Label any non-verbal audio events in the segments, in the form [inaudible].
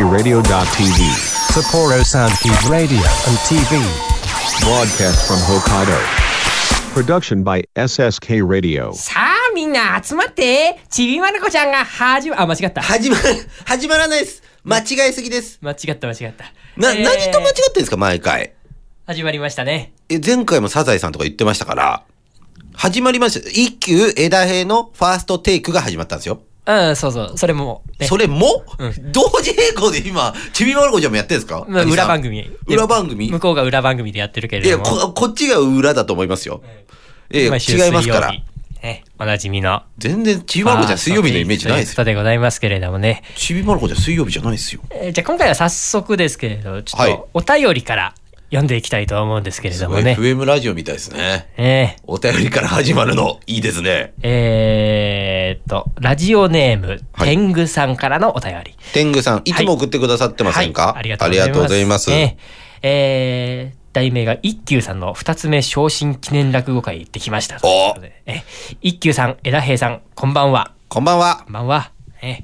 SSKRadio.tv. Sapporo Sound Cube Radio and TV. Broadcast from Hokkaido. Production by SSK Radio. さあみんな集まってちびまる子ちゃんが始まあ間違った始ま、始まらないです。間違いすぎです。間違った間違ったな、えー何と間違ってんですか、毎回。始まりましたねえ、前回もサザエさんとか言ってましたから、始まりました。一級枝平のファーストテイクが始まったんですよ。うんそうそうそれも、ね、それも、うん同時並行で今、ちびまる子ちゃんもやってるんですか、まあ兄さん裏番組で裏番組向こうが裏番組でやってるけいれやどもこ、こっちが裏だと思いますよ。え毎週違います水から曜。日ねおなじみの全然ちびまる子ちゃん水曜日のイメージないですとよ。うことでございますけれどもねちびまる子ちゃん水曜日じゃないですよ。えーじゃあ今回は早速ですけれどちょはいっとお便りから読んでいきたいと思うんですけれすどごもいね、 FM ラジオみたいですね。えーお便りから始まるの、いいですね。えーっとラジオネーム、はい天狗さんからのお便り天狗さん、いつも送ってくださってませんか、はい、ありがとうございます。ありがとうございねえー題名が一休さんの二つ目昇進記念落語会行ってきました。ということでえ一休さん、枝平さん、こんばんは。こんばんはこ。んばんは。え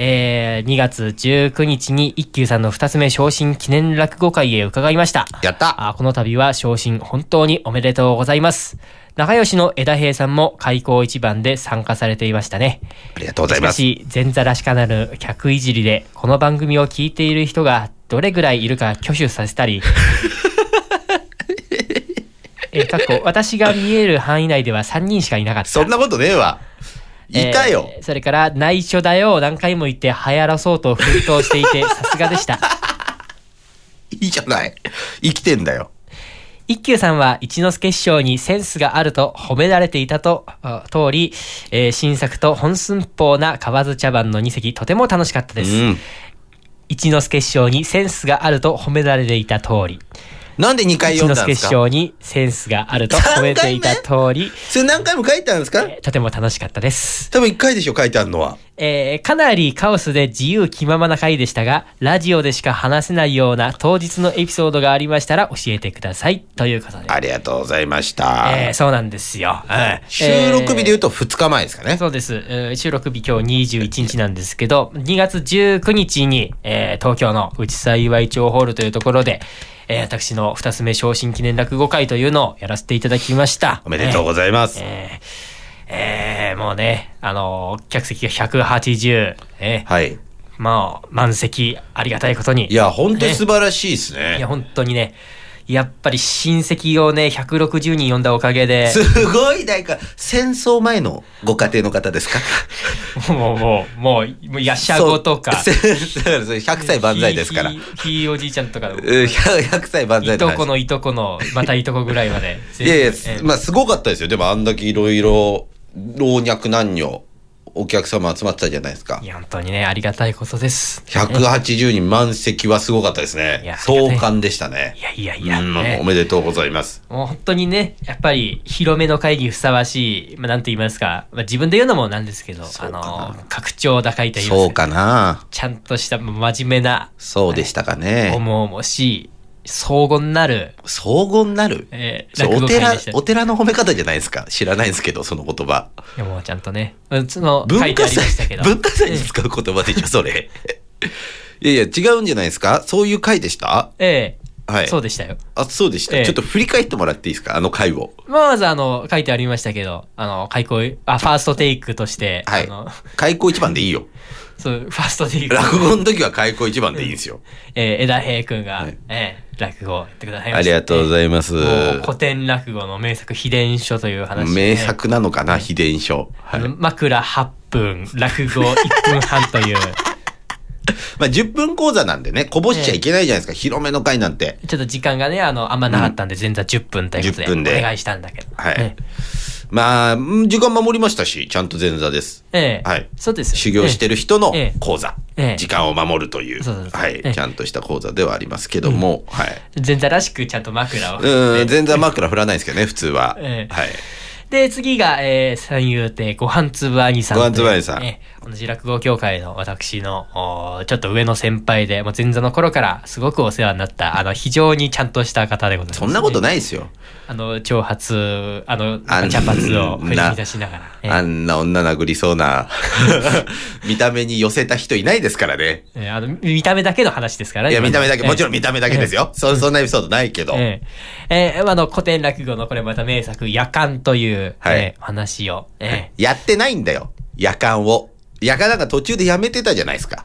えー2月19日に一休さんの二つ目昇進記念落語会へ伺いました。やったあこの度は昇進本当におめでとうございます。仲良しの枝平さんも開口一番で参加されていましたね。ありがとうございしかます。し、前座らしかなる客いじりで、この番組を聞いている人がどれぐらいいるか挙手させた [laughs] り、え、かっこ、私が見える範囲内では3人しかいなかった。そんなことねえわ。いたよ。えーそれから、内緒だよを何回も言って流行らそうと奮闘してい [laughs] て、さすがでした。いいじゃない。生きてんだよ。一休さんは一之輔師匠にセンスがあると褒められていたと、あ通り、えー新作と本寸法な河津茶番の2席、とても楽しかったうです。ん。一之輔師匠にセンスがあると褒められていた通り、なんで2回一読之ん輔だんで師すか匠にセンスがあると褒めていた通り、それ何回も書いてあるんですかえーとても楽しかったです。多分1回でしょ、書いてあるのは。えーかなりカオスで自由気ままな回でしたが、ラジオでしか話せないような当日のエピソードがありましたら教えてください。ということで。ありがとうございました。えーそうなんですよ。うん収録日で言うと2日前ですかね。そうです、えー収録日今日21日なんですけど、2月19日に、えー東京の内幸町ホールというところで、えー私の二つ目昇進記念落語会というのをやらせていただきました。おめでとうございます。えーえーもうね、あのー客席が180、えーはい。まあ、満席、ありがたいことに。いや、本当に素晴らしいですね。いや、本当にね、やっぱり親戚をね、160人呼んだおかげで、すごい、なんか、戦争前のご家庭の方ですかもう、もう、もう、もう、やしゃごとか。そうそうそう100歳万歳ですから。ひひひいおじいちゃんとか、うん100 100歳万歳いのと話このいとこの、またいとこぐらいまで。 [laughs] いやいや、全部まあすごかったですよ。でもあんだけいろいろ老若男女お客様集まってたじゃないですかい。や、本当にね、ありがたいことです。 180人満席はすごかったですいねや。壮観でしたねい。やいやいや、うん、ねおめでとうございます。もう本当にね、やっぱり広めの会議にふさわしい、まあ、なんて言いますか、まあ、自分で言うのもなんですけど、あうかなの、拡張高いと言いまそすうか、かなちゃんとしたまあ真面目な、そうでしたかね。重々しい、荘厳なる、荘厳なる。えー、そう落お語会寺でした、お寺の褒め方じゃないですか。知らないですけど、その言葉。いやもうちゃんとね、うんその、書文いてあ化りましたけど。祭、文化祭に使う言葉でしょ、それ。いやいや、違うんじゃないですかそういう回でしたええはい。そうでしたよ。あ、そうでした、ええちょっと振り返ってもらっていいですかあの回を。まあまずあの、書いてありましたけど、あの、開口、あ、ファーストテイクとして、はあいの、。 [laughs] 開口一番でいいよ。そう、ファーストテイク、落語の時は開口一番でいいんですよ。えー、枝平くんが、はいえー落語をやってくださいまあしたりがとうございます。えーもう古典落語の名作、秘伝書という話、名。作なのかな秘伝書。はあい。の枕8分、落語1分半と [laughs] いう、まあ、10分講座なんでね、こぼしちゃいけないじゃないですか。広めの回なんて。ちょっと時間がね、あの、あんまなかったんで、前座10分ということで、 10分でお願いしたんだけど。はいえまあ、うん時間守りましたし、ちゃんと前座です。えええはいそうですよ修行してる人のええ講座ええ。時間を守るというそうそうそう。はいええ。ちゃんとした講座ではありますけども。はい。前座らしくちゃんと枕を。うん、前座枕振らないですけどね、普通は。は [laughs] えいえ。で、次が、えー、三遊亭ご飯粒兄さん。ご飯粒兄さんえー同じ落語協会の私の、おーちょっと上の先輩で、もう前座の頃からすごくお世話になった、あの、非常にちゃんとした方でございます、そんなことい。ないですよ。あの、長髪、あの、あん茶髪を振りな出しながら。えあんな女殴りそう [laughs] な、見た目に寄せた人いないですからね。ええあの、見た目だけの話ですからいや、見た目だけ、もちろん見たた目だけですよ。そそんなエピソードないけど。ええええあの、古典落語のこれまた名作、夜間という、はえいえ話を、えやってないんだよ。夜間を。夜間なんか途中でやめてたじゃないですか。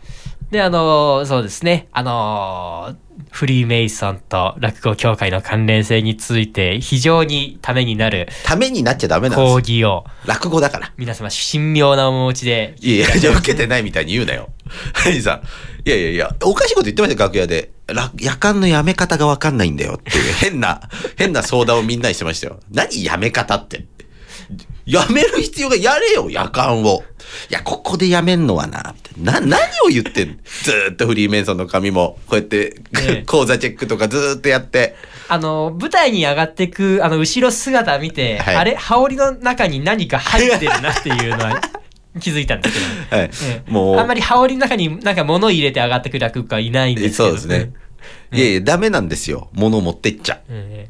えで、あの、そうですね、あの、フリーメイソンと落語協会の関連性について非常にためになるためになっちゃダメなん講ですよ。義を落語だから。皆様神妙な面持ちで、いやいや、じゃあ受けてないみたいに言うなよ。ハイジさん。いやいやいや、おかしいこと言ってましたよ、楽屋で。ら夜間のやめ方がわかんないんだよっていう変な、変な相談をみんなにしてましたよ。何やめ方って。やめる必要がやれよ、夜間を。いや、ここでやめんのはな、みたいな。な、何を言ってんのずーっとフリーメイソンの髪も、こうやって、ええ講座チェックとかずーっとやって。あの、舞台に上がってく、あの、後ろ姿見て、はいあれ、羽織の中に何か入ってるなっていう [laughs] のは気づいたんですけど、はい。ええもう。あんまり羽織の中になんか物入れて上がってくる落語家はいないんですけそどうですね。。いやいや、ダメなんですよ。物を持ってっちゃ。ええ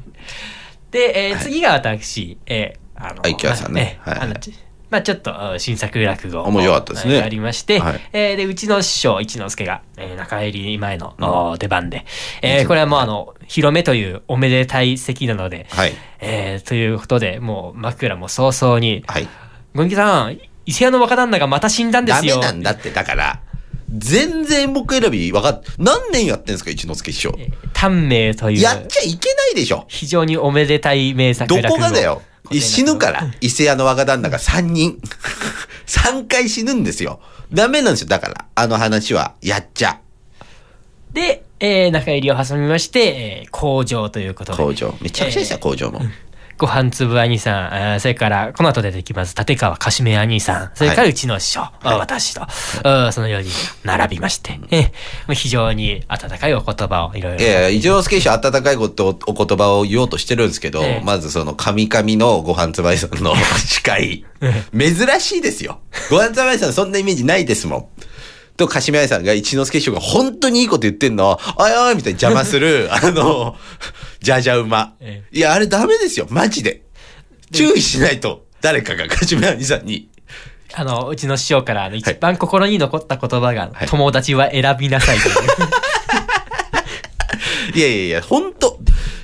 で、えー次が私、えーあのあ池谷さんねまあはいはいあのちまあちょっとあ新作落語面白かったですねありまして、はいえーで、うちの師匠、一之輔が、えー中入り前の、お出番で、えーこれはもうあの、広めというおめでたい席なので、はい。えーということで、もう枕も早々に、はい。ゴンキさん、伊勢屋の若旦那がまた死んだんでダすメよ。なんだって、だから。全然僕選び分かっ、何年やってんすか、一之輔師匠。短命という。やっちゃいけないでしょ。非常におめでたい名作ど落語こがだよ。死ぬから。伊勢屋の若旦那が3人。3回死ぬんですよ。ダメなんですよ。だから、あの話は、やっちゃ。で、えー中入りを挟みまして、えー工場ということで。工場。めちゃくちゃでしたよ、工場も。ご飯粒兄さん、えーそれから、この後出てきます、立川かしめ兄さん、それからはいうちの師匠、あ私と、うんその4人が並びまして、えーもう非常に温かいお言葉をいろいろ。ええ、一之輔師匠温かいこと、お言葉を言おうとしてるんですけど、ええまずその、神々のご飯つばいさん [laughs] の司会。珍しいですよ。ご飯つばいさんそんなイメージないですもん。と、かしめあいさんが一之輔師匠が本当にいいこと言ってんの、おいおいみたいに邪魔 [laughs] する、あの、じゃじゃ馬え。いや、あれダメですよ、マジで。注意しないと、誰かがかしめあいさんに。あの、うちの師匠から、あの一番心に残った言葉が、はい友達は選びなさいという。 [laughs] いやいやいや、本当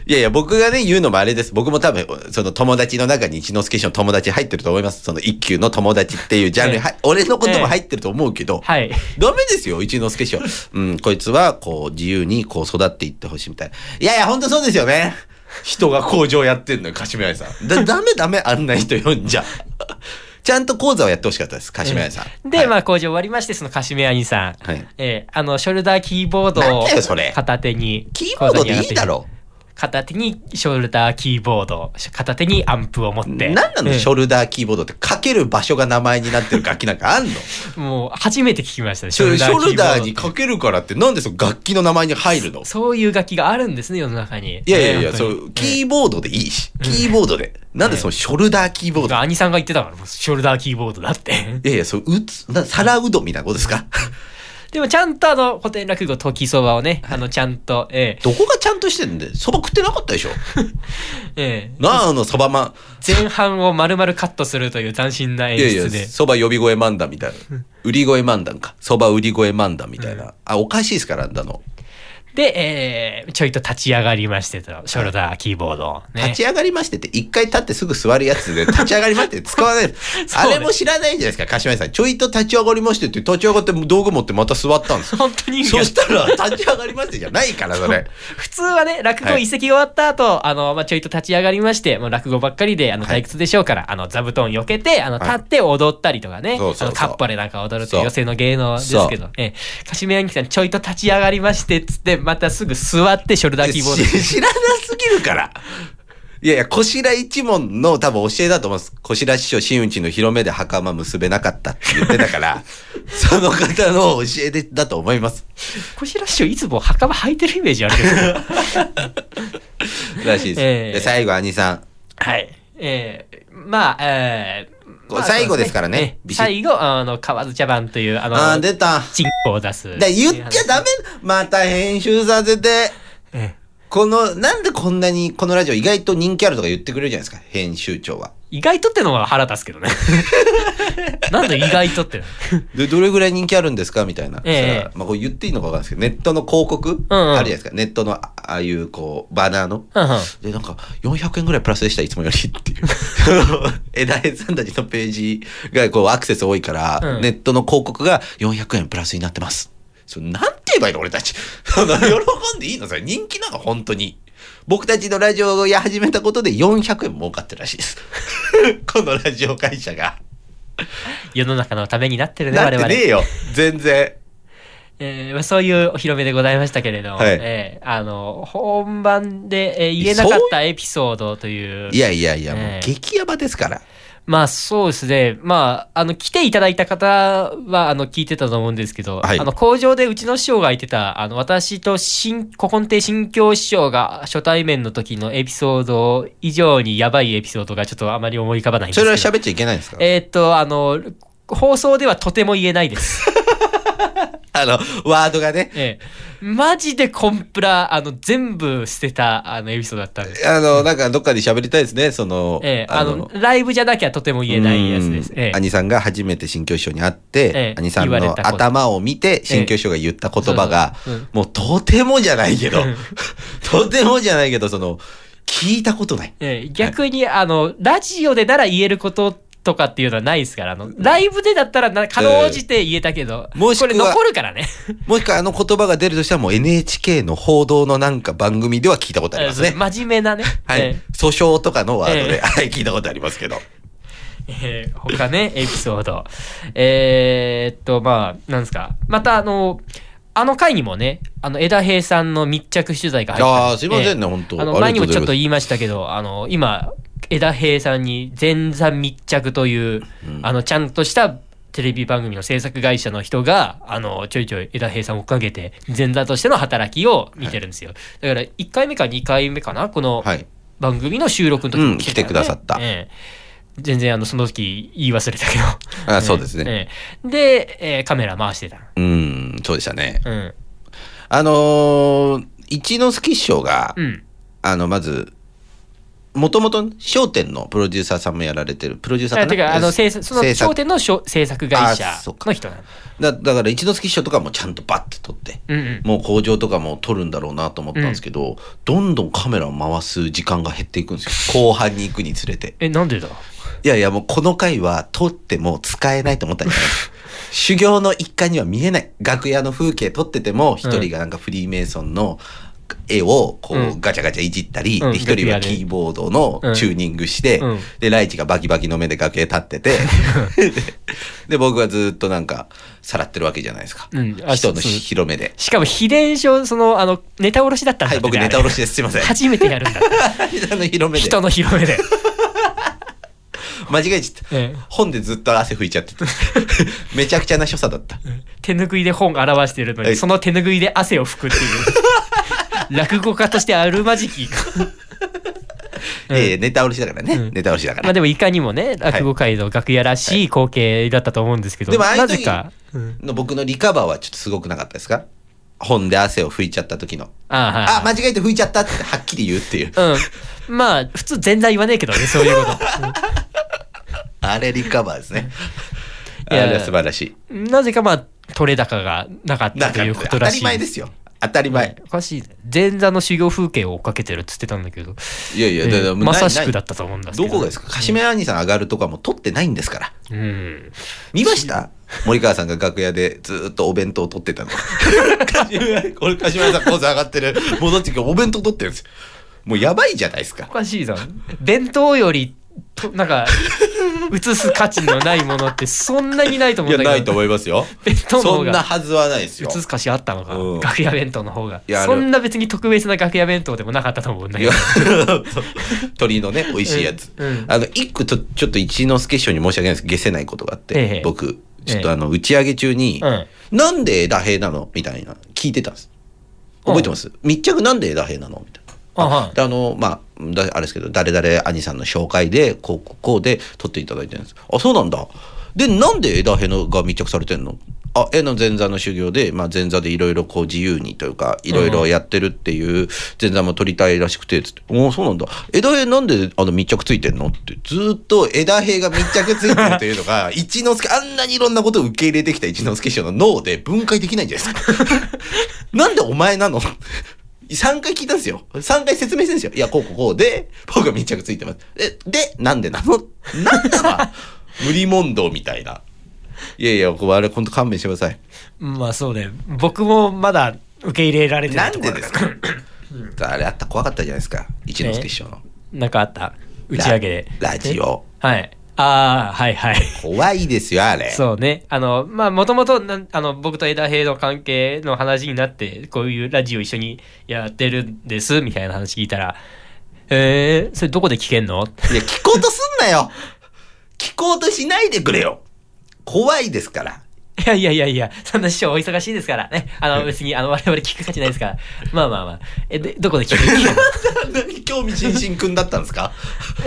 いやいや、僕がね、言うのもあれです。僕も多分、その友達の中に一之輔師匠の友達入ってると思います。その一級の友達っていうジャンルに、ええは俺のことも入ってると思うけど、はい。ダメですよ、一之輔師匠。うん、こいつは、こう、自由に、こう、育っていってほしいみたいな。いやいや、本当そうですよね。人が工場やってんのよ、かしめあいさん。 [laughs] だ、ダメダメ、あんな人呼んじゃ。ちゃんと講座をやってほしかったです、かしめあいさん。で、はいまあ工場終わりまして、そのカシメアニさん。はいえーあの、ショルダーキーボードなんをだよそれ片手に。キーボードでいいだろ片手にショルダーキーボード、片手にアンプを持って。何なの、ええショルダーキーボードってかける場所が名前になってる楽器なんかあんのもう初めて聞きましたね、ショキーボルダーにドかけるからって、なんでその楽器の名前に入るのそういう楽器があるんですね、世の中に。いやいやいや、ねそ本当う、にキーボードでいいし、キーボードで。なんでそのショルダーキーボード兄さんが言ってたから、もうショルダーキーボードだって。いやいや、そう、うつ、な、皿うどんみたいなことですかでもちゃんとあの、古典落語、時そばをね、あの、ちゃんと、えどこがちゃんとしてんで、そば食ってなかったでしょえええなあ、あの、そばま。前半を丸々カットするという斬新なん演いやいや出、で。そば呼び声漫談みたいな。売り声漫談か。そば売り声漫談みたいな。あ、おかしいですから、あんなの。で、えー、ちょいと立ち上がりましてと、ショルダーキーボードをね。立ち上がりましてって、一回立ってすぐ座るや [laughs] つで、立ち上がりましてって使わない。あれも知らないじゃないですか、柏井さん。ちょいと立ち上がりましてって、立ち上がって道具持ってまた座ったんですよ。本当に意味そがしたら、立ち上がりましてじゃない [laughs] から、それ。普通はね、落語はい遺跡終わった後、あの、まあ、ちょいと立ち上がりまして、もう落語ばっかりで、あの、は退い屈でしょうから、あの、座布団避けて、あの、はい立って踊ったりとかね、そうそうそうあの、カッパでなんか踊るとそいうう寄せの芸能ですけど、ええ、かしめやんきさん、ちょいと立ち上がりまして、つって、またすぐ座ってショルダーキーボードで。 [laughs] し知らなすぎるから。いやいや、小白一門の多分教えだと思うんです。小白師匠、真打ちの広めで袴結べなかったって言って [laughs] たから、その方の教えでだと思います。小白師匠、いつも袴履いてるイメージある [laughs] けど。らしいです。ええで最後、兄さん。はい。えー、まあ、えー、こう最後ですからね。ビシッ最後、あの、河津茶番という、あの、あー、出た。チンコを出す。だ言っちゃダメまた編集させて。ええこの、なんでこんなに、このラジオ意外と人気あるとか言ってくれるじゃないですか、編集長は。意外とってのは腹立つ [laughs] けどね。なんで意外とっての [laughs] で、どれぐらい人気あるんですかみたいな。ええそしたらまあ、これ言っていいのかわかんないですけど、ネットの広告、うんあるじゃないですか。ネットの、あああいう、こう、バナーの。うんうんで、なんか、400円ぐらいプラスでした、いつもより [laughs] っていう。枝江さんたちのページが、こう、アクセス多いから、うんネットの広告が400円プラスになってます。それ、なんて言えばいいの俺たち。 [laughs] その喜んでいいのそれ、人気なの本当に。僕たちのラジオをや始めたことで400円儲かってるらしいです。 [laughs] このラジオ会社が。世の中のためになってるね、なっ我て々。ねえよ。全然。えーまあ、そういうお披露目でございましたけれども、はいえーあの、本番で、えー言えなかったエピソードという、いやいやいや、もええう激ヤバですから。まあそうですね、まあ、あの、来ていただいた方は、あの、聞いてたと思うんですけど、はいあの、工場でうちの師匠が言ってた、あの、私と新、古今亭新教師匠が初対面の時のエピソード以上にやばいエピソードがちょっとあまり思い浮かばないんですそけれはど。喋っちゃいけないんですかえーっと、あの、放送ではとても言えない [laughs] です。あの、ワードがね。ええ。マジでコンプラ、あの、全部捨てた、あの、エピソードだったんです。あの、なんかどっかで喋りたいですね、その。ええ、あの、ライブじゃなきゃとても言えないやつですう。んええ。兄さんが初めて新教師匠に会って、ええ兄さん言われのたこと頭を見て、新教師匠が言った言葉が、そうそううんもうとてもじゃない [laughs] けど、 [laughs] とてもじゃないけど、その、聞いたことない。ええ逆に、あの、ラジオでなら言えることとかっていうのはないですから、あの、ライブでだったらな、かろうじて言えたけど、もしくこはれ残るからね。もしくはあの言葉が出るとしたらもう NHK の報道のなんか番組では聞いたことあり [laughs] ますね。真面目なね。はい。え訴訟とかのワードええで、はい、聞いたことありますけど。えええ他ね、エピソード。えーっと、まあ、なんですか。また、あの、あの回にもね、あの、枝平さんの密着取材が入ってたああ、すいませんね、ええ本当あの、前にもちょっと言いましたけど、あの、今、枝平さんに前座密着という、あの、ちゃんとしたテレビ番組の制作会社の人が、あの、ちょいちょい枝平さんを追っかけて、前座としての働きを見てるんですよ。だから、1回目か2回目かな、このはい。番組の収録の時うにん来て,、来てくださったええ全然、あの、その時言い忘れたけど。あそうですねええで、ええカメラ回してた。うん、そうでしたね。うん。あのー、一之輔師匠が、うん。あの、まず、もともと商店のプロデューサーさんもやられてる、プロデューサーあてか、あの、制作、その、制商作店のしょ制作会社あそうかの人なの。だだから一之輔師匠とかもちゃんとバッて撮って、うんうん。もう工場とかも撮るんだろうなと思ったんですけど、どんどんカメラを回す時間が減っていくんですよ。後半に行くにつれて。え、なんでだいやいや、もうこの回は撮っても使えないと [laughs] 思ったんじゃないですか修行の一環には見えない。楽屋の風景撮ってても、一人がなんかフリーメイソンの絵をうこうガチャガチャいじったり、うんで一人は楽屋でキーボードのチューニングして、うんうんで、ライチがバキバキの目で楽屋立っ [laughs] てて、でで、僕はずっとなんか、さらってるわけじゃないですか。うんあ人のそう広めで。しかも秘伝書、その、あの、ネタおろしだったんはだい、ってね僕ネタおろし。しです。すいません。初めてやるん [laughs] だ。人の広めで。人の広 [laughs] めで。間違えちゃった。ええ本でずっと汗拭いちゃっ [laughs] てた。めちゃくちゃな所作だった。手拭いで本表してるのはに、いその手拭いで汗を拭くってい [laughs] う。落語家としてあるまじき。うんええネタおろしだからね。うんネタおろしだかまあら。でもいかにもね、落語界の楽屋らしい光景だったと思うんですけど、でもああいなう時ぜか。うんの僕のリカバーはちょっとすごくなかったですか本で汗を拭いちゃった時の。ああ、はいあ、間違えて拭いちゃったってはっきり言うっていう。 [laughs] うん。まあ、普通全然言わねえけどね、そういうこと。あれリカバーですね。いあやれは素晴らしい。なぜかまあ、取れ高がなかっなたんとかいうこと当らたしりい。前ですよ。当たり前。おかしいね。前座の修行風景を追っかけてるっつってたんだけど。いやいや、だえかえらまさしくだっったと思うんだどこがですかカシメラ兄さん上がるとかも撮ってないんですから。うん。見ました森川さんが楽屋でずーっとお弁当を取って [laughs] たの。カシメラ俺、カシメラさんコース上がってる。戻ってきてお弁当取ってるんですよ。もうやばいじゃないですかお。かしいな。弁当より、となんか、映す価値のないものってそんなにないとい思うや、んだけど。ないと思いますよ。弁当のそ方んなが。はずはないですよ映。す価値あったのか、うん楽屋弁当の方がいやあれそんな別に特別な楽屋弁当でもなかったと思うんだいけやど [laughs] 鳥のね、美味しいやつ。うんうんあの、一個ちょ、ちょっと一之輔師匠に申し訳ないです。消せないことがあって、ええ僕、ちょっええとあの、打ち上げ中に、うんなんで枝平なのみたいな、聞いてたんです。覚えてます密着なんで枝平なのみたいな。ああはいであの、まあ、だあれですけど、誰々兄さんの紹介で、こう、こうこうで撮っていただいてるんです。あ、そうなんだ。で、なんで枝へのが密着されてんのあ、絵の前座の修行で、まあ、前座でいろいろこう自由にというか、いろいろやってるっていう前座も撮りたいらしくて、つって、おお、そうなんだ。枝へなんであの密着ついてんのって、ずーっと枝へが密着ついてるというのが、一之輔、あんなにいろんなことを受け入れてきた一之輔師匠の脳で分解できないんじゃないですか。 [laughs] なんでお前なの ?3 回聞いたんですよ。3回説明してるんですよ。いや、こうこうこうで、僕が密着ついてます。で、で、なんでなのなんだわ無理問答みたいな。いやいや、こうあれ、ほんと勘弁してください。まあそうね。僕もまだ受け入れられてなないとんころでですかあれあった怖かったじゃないですか。一之輔師匠の。なんかあった打ち上げで。ララジオ。はい。ああ、はいはい。怖いですよ、あれ。そうね。あの、まあ、もともと、なんあの、僕と枝平の関係の話になって、こういうラジオ一緒にやってるんです、みたいな話聞いたら、えー、それどこで聞けんのいや、聞こうとすんなよ聞こうとしないでくれよ怖いですから。いやいやいやいや、そんな師匠お忙しいですからね。あの、別に、あの、我々聞く価値ないですから。まあまあまあ。え、で、どこで聞 [laughs] くい興味津々くんだったんですか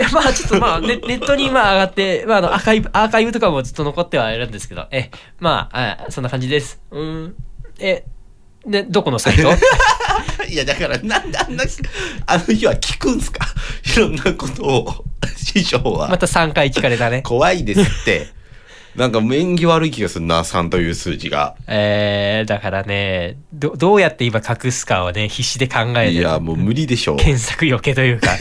やまあ、ちょっとまあ、ネネットにまあ上がって、まあ、あの、アーカイブ、アーカイブとかもずっと残ってはいるんですけど、え、まあ、あそんな感じです。うーん。え、で、どこのサイ [laughs] ト [laughs] いや、だから、なんであんな、あの日は聞くんすかいろんなことを、師匠は。また3回聞かれたね。怖いですって。なんか、縁起悪い気がするな、3という数字が。えー、だからねど、どうやって今隠すかをね、必死で考えいてる。や、もう無理でしょう。検索よけという [laughs] か。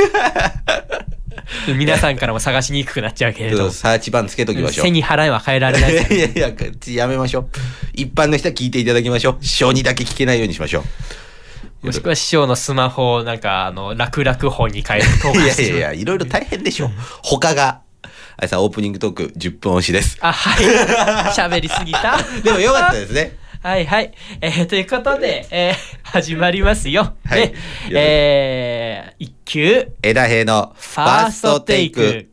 皆さんからも探しにくくなっちゃうけれど。サーチ版つけときましょう。背いに腹は変えられなやい。いやいや、やめましょう。一般の人は聞いていただきましょう。師匠にだけ聞けないようにしましょう。もしくは師匠のスマホをなんか、あの、楽々本に変える。いやいやいや、いろいろ大変でしょ。他が。あれさ、オープニングトーク10分押しです。 [laughs] あ、はい。喋りすぎ [laughs] た。でもよかったですね。はいはい。えーということで、えー始まりますよ。はいねえー、一級、枝平のファーストテイク。。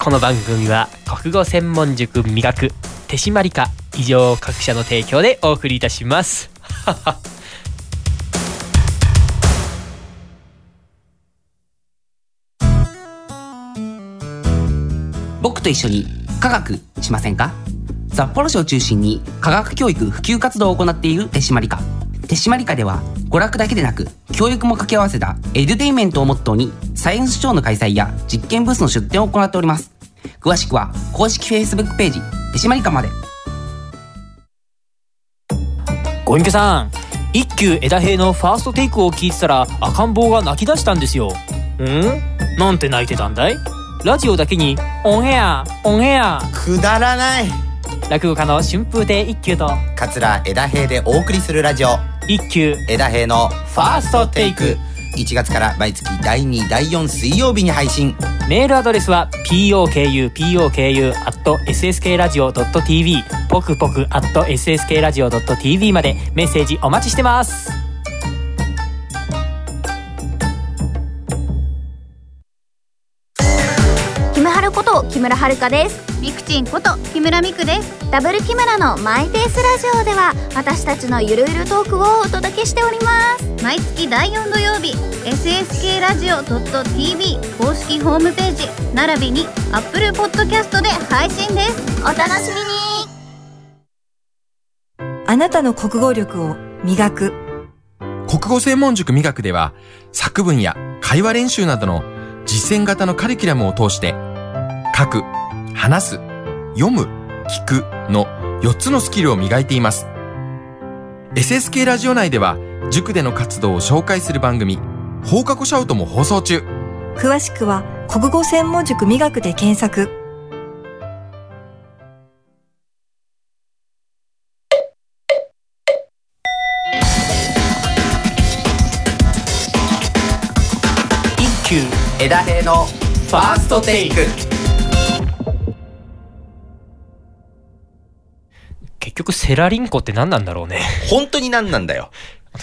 この番組は国語専門塾磨く手締まり課以上各社の提供でお送りいたします。僕と一緒に科学しませんか札幌市を中心に科学教育普及活動を行っている手締まり課手締まり課では娯楽だけでなく教育も掛け合わせたエデュテインメントをモットーにサイエンスショーの開催や実験ブースの出展を行っております詳しくは公式 Facebook ページ手締まり課まで [laughs] ご隠居さん一休枝平のファーストテイクを聞いてたら赤ん坊が泣き出したんですようんなんて泣いてたんだいラジオだけにオンエアオンエアくだらない落語家の春風亭一休と桂枝平でお送りするラジオ一休枝平のフファーストテイク1月から毎月第2第4水曜日に配信メールアドレスは pokupoku.sskradio.tv ポクポク .sskradio.tv までメッセージお待ちしてますキムハルこと木村遥ですミクチンこと木村ミクですダブル木村のマイペースラジオでは私たちのゆるゆるトークをお届けしております毎月第4土曜日 SSK ラジオ .tv 公式ホームページ並びに Apple Podcast で配信ですお楽しみにあなたの国語力を磨く国語専門塾美学では作文や会話練習などの実践型のカリキュラムを通して書く、話す、読む、聞くの4つのスキルを磨いています。SSK ラジオ内では塾での活動を紹介する番組放課後シャウトも放送中。詳しくは国語専門塾磨くで検索一休枝平のファーストテイク結局セラリンコって何なんだろうね。本当に何なんだよ。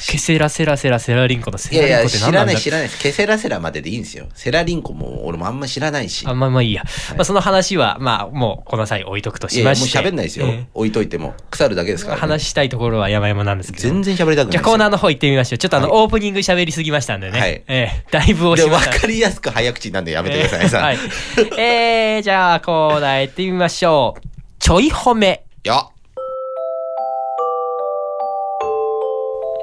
ケセラセラセラセラリンコのいセやいラリンコや、って知何ならんだない、知らないです。ケセラセラまででいいんですよ。セラリンコも俺もあんま知らないし。あまあまあいいや。まあその話は、まあもうこの際置いとくといやしいや、もうまして。喋んないですよええ。置いといても。腐るだけですからね。話したいところは山々なんですけど。全然喋りたくないですよ。じゃあコーナーの方行ってみましょう。ちょっとあの、オープニング喋りすぎましたんでね。はいええだいぶ押でしもまわしたかりやすく早口なんでやめてください。さあはい。 [laughs] えー、じゃあコーナー行ってみましょう。ちょい褒め。よ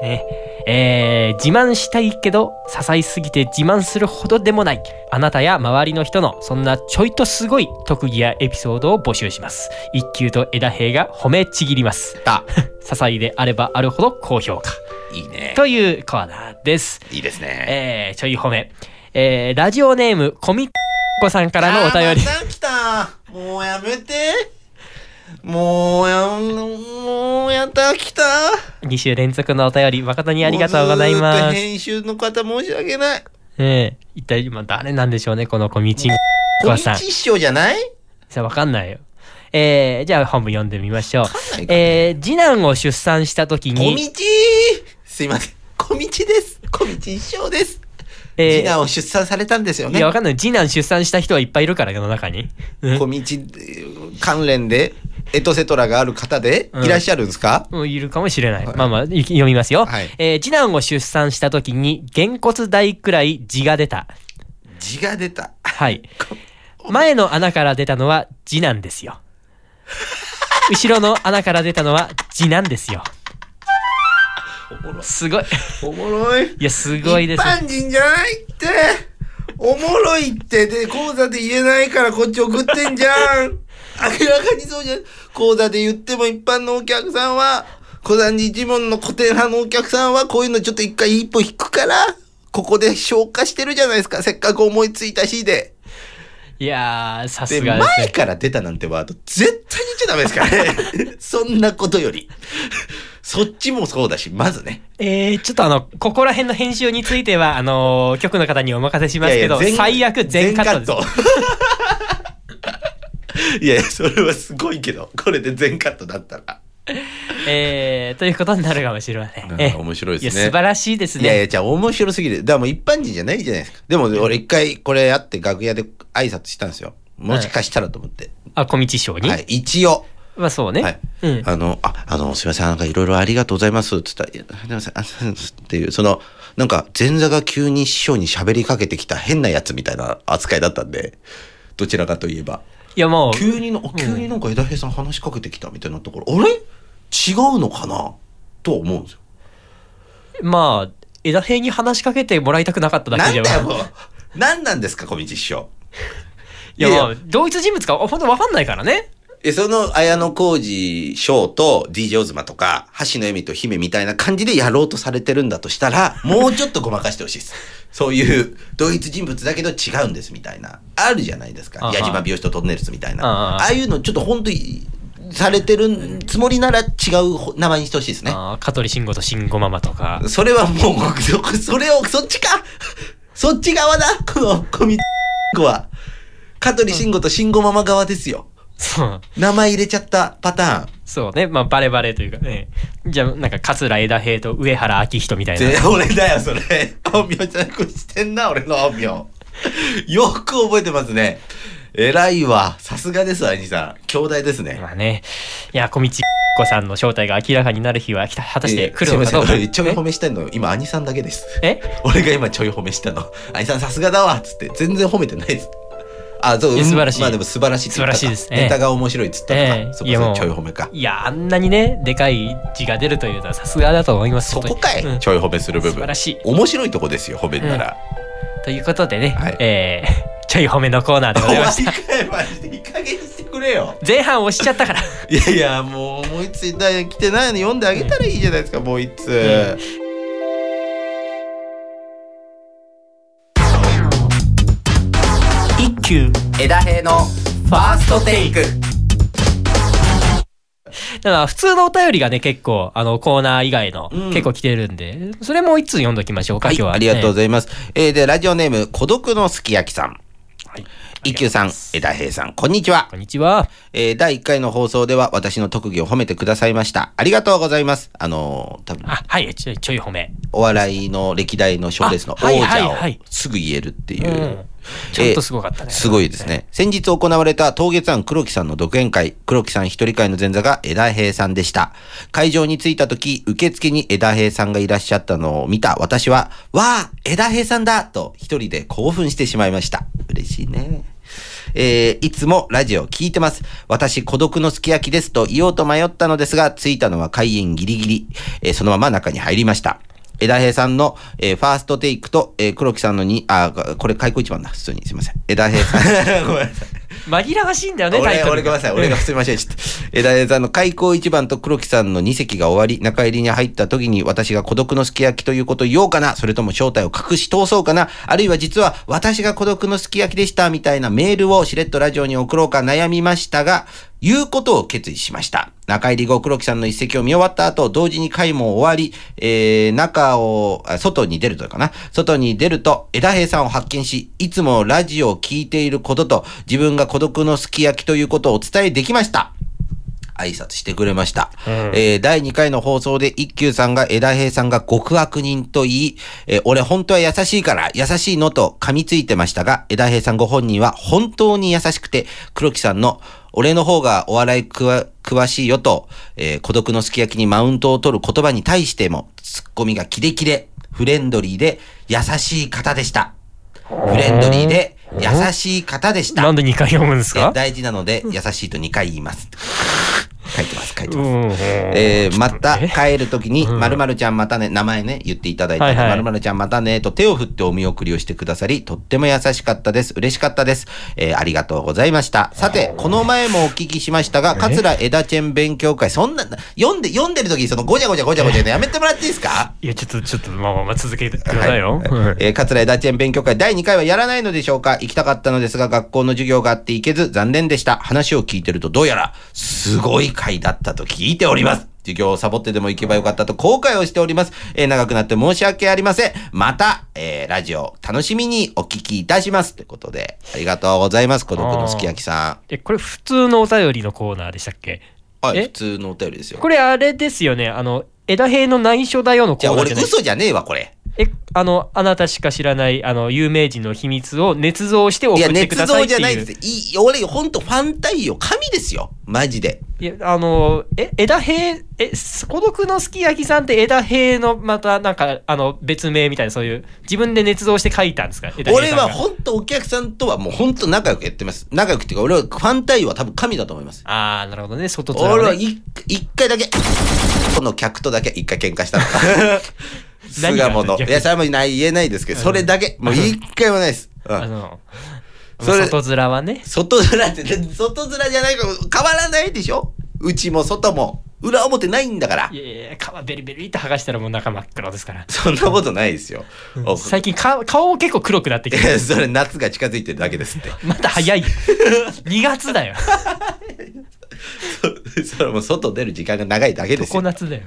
ねえー自慢したいけど支えすぎて自慢するほどでもないあなたや周りの人のそんなちょいとすごい特技やエピソードを募集します一級と枝平が褒めちぎります [laughs] た些細であればあるほど高評価いいね。というコーナーですいいですね。えー、ちょい褒め、えー、ラジオネームコミッコさんからのお便り [laughs] あーまた来た。もうやめて。もうや、もうやった来た。 2週連続のお便り誠にありがとうございもうずーっますと編集の方申し訳ない。えー、一体今誰なんでしょうねこのコミチンコさん小一師匠じゃないさあ、わかんないよ。えー、じゃあ本部読んでみましょう。ないかえー、次男を出産した時小道に、すいません。小道です。小道一生です。えー次男を出産されたんですよいねや、。わかんない。次男出産した人はいっぱいいるから、世の中に。うん小道関連で、エトセトラがある方でうんいらっしゃるんですか、もういるかもしれない。まあまあ、い読みますよ。はいえー、次男を出産した時に、げ骨大くらい字が出た。字が出た。はい。前の穴から出たのは次男ですよ。後ろの穴から出たのは次男ですよ。すごい。おもろい。いや、すごいです。一般人じゃないっておもろいってで講座で言えないからこっち送ってんじゃん明らかにそうじゃん講座で言っても一般のお客さんは小山寺一門の古典派のお客さんはこういうのちょっと一回一歩引くからここで消化してるじゃないですかせっかく思いついたしで。いやー、さすで、がですね前。から出たなんてワード絶対に言っちゃダメですからね。 [laughs] そんなことより。そっちもそうだし、まずね。えー、ちょっとあの、ここら辺の編集については、あのー局の方にお任せしますけど、いやいや最悪全カットです。ト [laughs] いやいや、それはすごいけど、これで全カットだったら。えー、ということになるかもしれませ [laughs] ん。えー面白いいでや、す素ね。晴らしいですいやいね。や、じゃあ面白すぎる。だからもう一般人じゃないじゃないですか。でも俺一回これやって楽屋で挨拶したんですよ。もしかしたらと思って。あ、小道賞に、はい、一応。まあそうね。はい。うん。あの、あ、あの、すいません、なんかいろいろありがとうございます、つったら、いやありがとうございます、っていう、その、なんか前座が急に師匠に喋りかけてきた変なやつみたいな扱いだったんで、どちらかといえば。いや、もう、急にの、急になんか枝平さん話しかけてきたみたいなところ、あれ違うのかなとは思うんですよ。まあ、枝平に話しかけてもらいたくなかっただなけんじゃだよ、いもう。 [laughs] 何なんですか、小道師匠。や、いやまあ、同一人物か、ほんとわかんないからね。え、その、綾野浩二翔と DJ オズマとか、橋野恵美と姫みたいな感じでやろうとされてるんだとしたら、もうちょっとごまかしてほしいです。 [laughs] そういう、同一人物だけど違うんですみたいな。あるじゃないですあかは。い矢島美容師とトンネルズみたいな。あはあいあいうのちょっと本当に、されてるつもりなら違うほ名前にしてほしいですね。あー香取慎吾と慎吾ママとか。 [laughs] それはもう、 [laughs] そそれを、そっちかそっち側だこの、コミックは。香取慎吾と慎吾ママ側ですよ。そう。名前入れちゃったパターン。そうね。まあ、バレバレというかね。じゃあ、なんか、桂枝平と上原明人みたいな。ぜ [laughs] 俺だよ、それ。本名ちゃんくしてんな、俺の本名。よく覚えてますね。偉いわ。さすがです、兄さん。兄弟ですね。まあね、いや、小道子さんの正体が明らかになる日は来た果たして来るのかすいどうまかせん。俺ちょい褒めしてんの、今、兄さんだけです。え [laughs] 俺が今ちょい褒めしたの。 [laughs] 兄さんさすがだわっつって、全然褒めてないです。あ、そう、いや素晴らしいまあでも素晴らしいって言ったか素晴らしいですねネタが面白いっつったのか。ええそいやもこうそちょい褒めか。いや、あんなにね、でかい字が出るというのはさすがだと思います。そこかい、うんちょい褒めする部分。素晴らしい面白いとこですよ、褒めるなら。ということでね、はいえー、ちょい褒めのコーナーでござ終いまわし [laughs] りた。かい、マジで。いい加減にしてくれよ。前半押しちゃったから。いやいや、もう思いついた、来てないの読んであげたらいいじゃないですか、もう一つ。一休枝平のファーストテイクだから普通のお便りがね、結構、あの、コーナー以外の、結構来てるんで、それも一通読んどきましょうか、はい、今日は、ありがとうごいざいます。えーで、ラジオネーム、孤独のすき焼きさん。一休さん、枝平さん、こんにちは。こんにちは。えー第1回の放送では私の特技を褒めてくださいました。ありがとうございます。あのー多分あ、はい、ちょい、ちょい褒め。お笑いの歴代の賞レースの王あはいはい者をはいすぐ言えるっていう。うんちょっとすごかったねえーすごいですね。先日行われた、東月庵黒木さんの独演会、黒木さん一人会の前座が枝平さんでした。会場に着いた時、受付に枝平さんがいらっしゃったのを見た私は、わあ枝平さんだと一人で興奮してしまいました。嬉しいね。えーいつもラジオ聞いてます。私、孤独のすき焼きですと言おうと迷ったのですが、着いたのは開演ギリギリ、えーそのまま中に入りました。枝平さんの、えーファーストテイクと、えー黒木さんのに、あー、これ、開口一番だ。普通に。すいません。枝平さん。 [laughs] ごめんなさい。紛らわしいんだよね、タイ俺、トル。俺ごめんなさい。俺がすいません。ちょっと。枝枝さんの開口一番と黒木さんの二席が終わり、中入りに入った時に私が孤独のすき焼きということを言おうかな、それとも正体を隠し通そうかな、あるいは実は私が孤独のすき焼きでした、みたいなメールをしれっとラジオに送ろうか悩みましたが、言うことを決意しました。中入り後、黒木さんの一席を見終わった後、同時に会も終わり、えー、中を、あ外に出るとかな。外に出ると、枝平さんを発見し、いつもラジオを聞いていることと、自分が孤独のすき焼きということをお伝えできました。挨拶してくれました。えー第2回の放送で一休さんが枝平さんが極悪人と言い、えー俺本当は優しいから優しいのと噛みついてましたが、枝平さんご本人は本当に優しくて、黒木さんの俺の方がお笑いくわ詳しいよと、えー孤独のすき焼きにマウントを取る言葉に対しても、ツッコミがキレキレ、フレンドリーで優しい方でした。フレンドリーで優しい方でした。なんで2回読むんですいやか大事なので、優しいと2回言います。書いてます、書いてうます。ん。えーまた帰るときに、うんまるまるちゃんまたね、名前ね、言っていただいはいて、はいまるまるちゃんまたね、と手を振ってお見送りをしてくださり、とっても優しかったです。嬉しかったです。えーありがとうございました。さて、この前もお聞きしましたが、桂枝チェン勉強会、そんな、読んで、読んでるときにそのごちゃごちゃごちゃごちゃ言うのやめてもらっていいですかいや、ちょっと、ちょっと、まあまあまあ、続けてくださいよ。はいえー、桂枝チェン勉強会第2回はやらないのでしょうか行きたかったのですが、学校の授業があって行けず、残念でした。話を聞いてると、どうやら、すごい回だったと聞いております。授業をサボってでも行けばよかったと後悔をしております。えー長くなって申し訳ありません。また、えーラジオ、楽しみにお聞きいたします。ということで、ありがとうございます。孤独のすき焼きさえ、これ普通のお便りのコーナーでしたっけん。はい、え普通のお便りですよ。これあれですよね、あの、枝平の内緒だよのコじゃあ、ーナー俺じゃない嘘じゃねえわ、これ。え、あの、あなたしか知らない、あの、有名人の秘密を捏造して送いや、ってく捏ださい造ってじいゃう。ないです。いい俺、ほんとファン対応、神ですよ。マジで。いや、あの、え、枝平、え、す孤独のすき焼きさんって枝平の、また、なんか、あの、別名みたいな、そういう、自分で捏造して書いたんですか枝平俺さんがは本当お客さんとはもう本当仲良くやってます。仲良くっていうか、俺はファン対応は多分神だと思います。あー、なるほどね、外面をね俺は一一回だけ、この客とだけ一回喧嘩したの。巣鴨の。 [laughs] 何がいや、それもない言えないですけど、それだけ。もう一回もないです。うあん。の、それ外面はね、外面って、外面じゃないから変わらないでしょうちも外も。裏表ないんだからい。やいや、皮ベリベリって剥がしたらもう中真っ黒ですから。そんなことないですよ。お最近か、顔も結構黒くなってきいてや、それ夏が近づいてるだけで [laughs] すって。まだ早い [laughs] よ。2月だよ。それもう外出る時間が長いだけです常よ。夏だよ。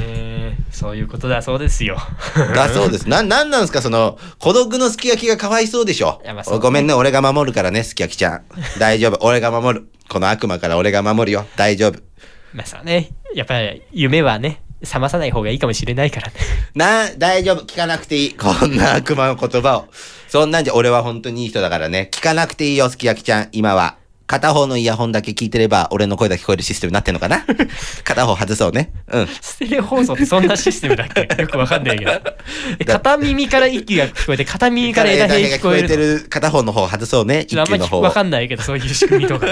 えー、そういうことだそうですよ。 [laughs] [laughs] だそうです。な、なんなんですかその、孤独のすき焼きがかわいそうでしょいやまあ。そうおごめんね、俺が守るからね、すき焼きちゃん。 [laughs] 大丈夫、俺が守る。この悪魔から俺が守るよ。大丈夫。まあそうね、やっぱり夢はね、覚まさない方がいいかもしれないからね。な、大丈夫、聞かなくていい。こんな悪魔の言葉を。そんなんじゃ、俺は本当にいい人だからね。聞かなくていいよ、すき焼きちゃん。今は。片方のイヤホンだけ聞いてれば、俺の声だけ聞こえるシステムになってんの [laughs] かな片方外そうね。うん。ステレオ放送ってそんなシステムだっ [laughs] けよくわかんないけど。え片耳から息が聞こえて、片耳から枝だけ平が聞聞ここええるての。る片方の方外そうね。ちょ一っとあ級んのま方りをわかんないけど、そういう仕組み [laughs] とか。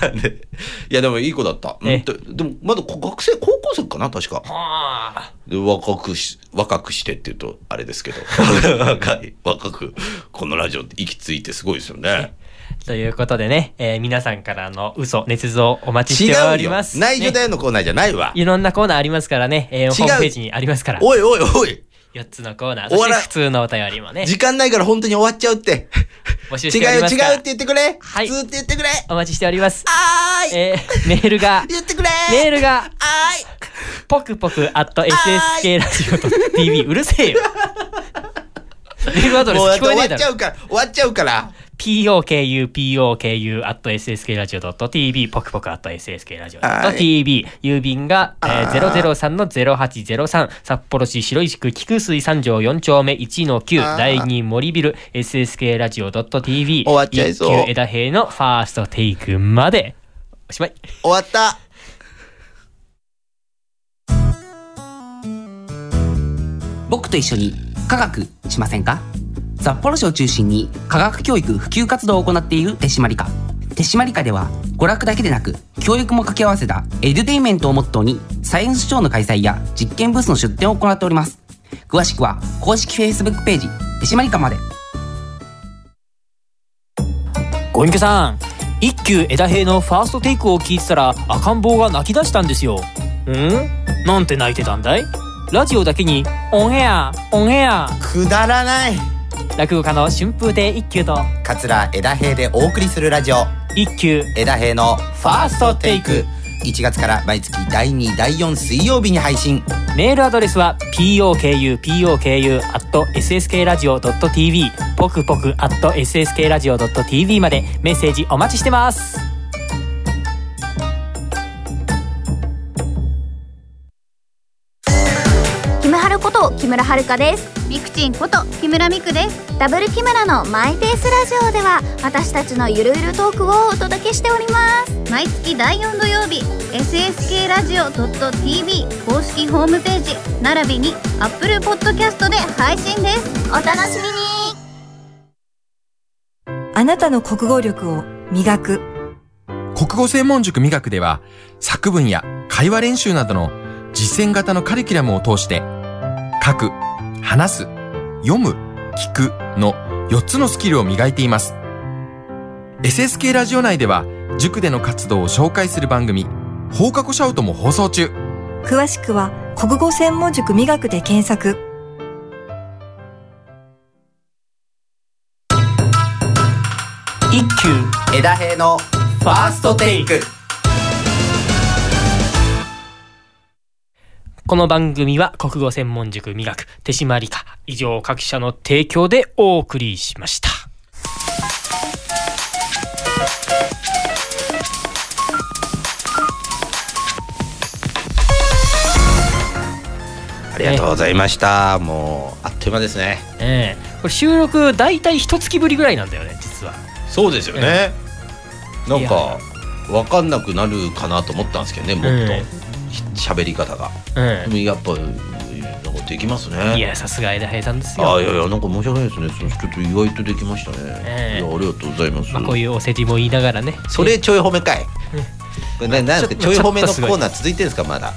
なんで。いや、でもいい子だった。うえんとでも、まだこ学生、高校生かな確か。あで若くし、若くしてって言うと、あれです [laughs] けど。若い、若く、このラジオって息ついてすごいですよね。ーということでね、えー皆さんからの嘘、捏造お待ちし違ておうりよます。。内緒だねよのコーナーじゃないわ。いろんなコーナーありますからね、えー、ホームページにありますから。おいおいおい4つのコーナー、そおして笑い普通のお便りもね、時間ないから本当に終わっちゃうって。募集違しうておりよま違すから。うって言ってくれ、はい普通って言ってくれお待ちしております。あーい、えー、メールが、 [laughs] 言ってくれメールが、あーいポクポク at SSK ラジオ .tv うるせえよ。メールアドレスもうだ聞ってこえね終わえっだちろゃ。うから、終わっちゃうから。 POKU、POKU、at sskradio.tv、ポクポク at sskradio.tv、郵便が、えー、003-0803、札幌市白石区菊水三条4丁目1の9、第2森ビル、sskradio.tv、終わっちゃいそう一級枝平のファーストテイクまで、おしまい。終わった。僕と一緒に科学しませんか札幌市を中心に科学教育普及活動を行っている手締まり課手締まり課では娯楽だけでなく教育も掛け合わせたエデュテインメントをモットーにサイエンスショーの開催や実験ブースの出展を行っております詳しくは公式 Facebook ページ手締まり課までご隠居さん一休枝平のファーストテイクを聞いてたら赤ん坊が泣き出したんですようんなんて泣いてたんだいラジオだけにオンエアオンエアくだらない落語家の春風亭一休と桂枝平でお送りするラジオ一休枝平のファーストテイク1月から毎月第2第4水曜日に配信メールアドレスは pokupoku.sskradio.tv ポクポク .sskradio.tv までメッセージお待ちしてますキムハルこと木村遥ですミクチンこと木村ミクですダブル木村のマイペースラジオでは私たちのゆるゆるトークをお届けしております毎月第4土曜日 SSK ラジオ .tv 公式ホームページ並びに Apple Podcast で配信ですお楽しみにあなたの国語力を磨く国語専門塾美学では作文や会話練習などの実践型のカリキュラムを通して書く、話す、読む、聞くの4つのスキルを磨いています。SSK ラジオ内では塾での活動を紹介する番組放課後シャウトも放送中。詳しくは国語専門塾磨くで検索一休枝平のファーストテイクこの番組は国語専門塾美学手締まり課以上各社の提供でお送りしました。ありがとうございました。もう、あっという間ですね。ええこれ収録大体一月ぶりぐらいなんだよね実は。そうですよね。なんいやか、わかんなくなるかなと思ったんですけどね、もっとえ。ひ喋り方が。でうもやっぱ、なんかできますん。いね。やさすが枝平さんですよ。あいやいや、なんか申し訳ないですね。そのちょっと意外とできましたええね。いや、ありがとうございます。まあこういうお世辞も言いながらね。それちょい褒めかい。これななんですか、ちちょょっとい褒めのちょコっとすごいーナー続いてるんですか、まだ。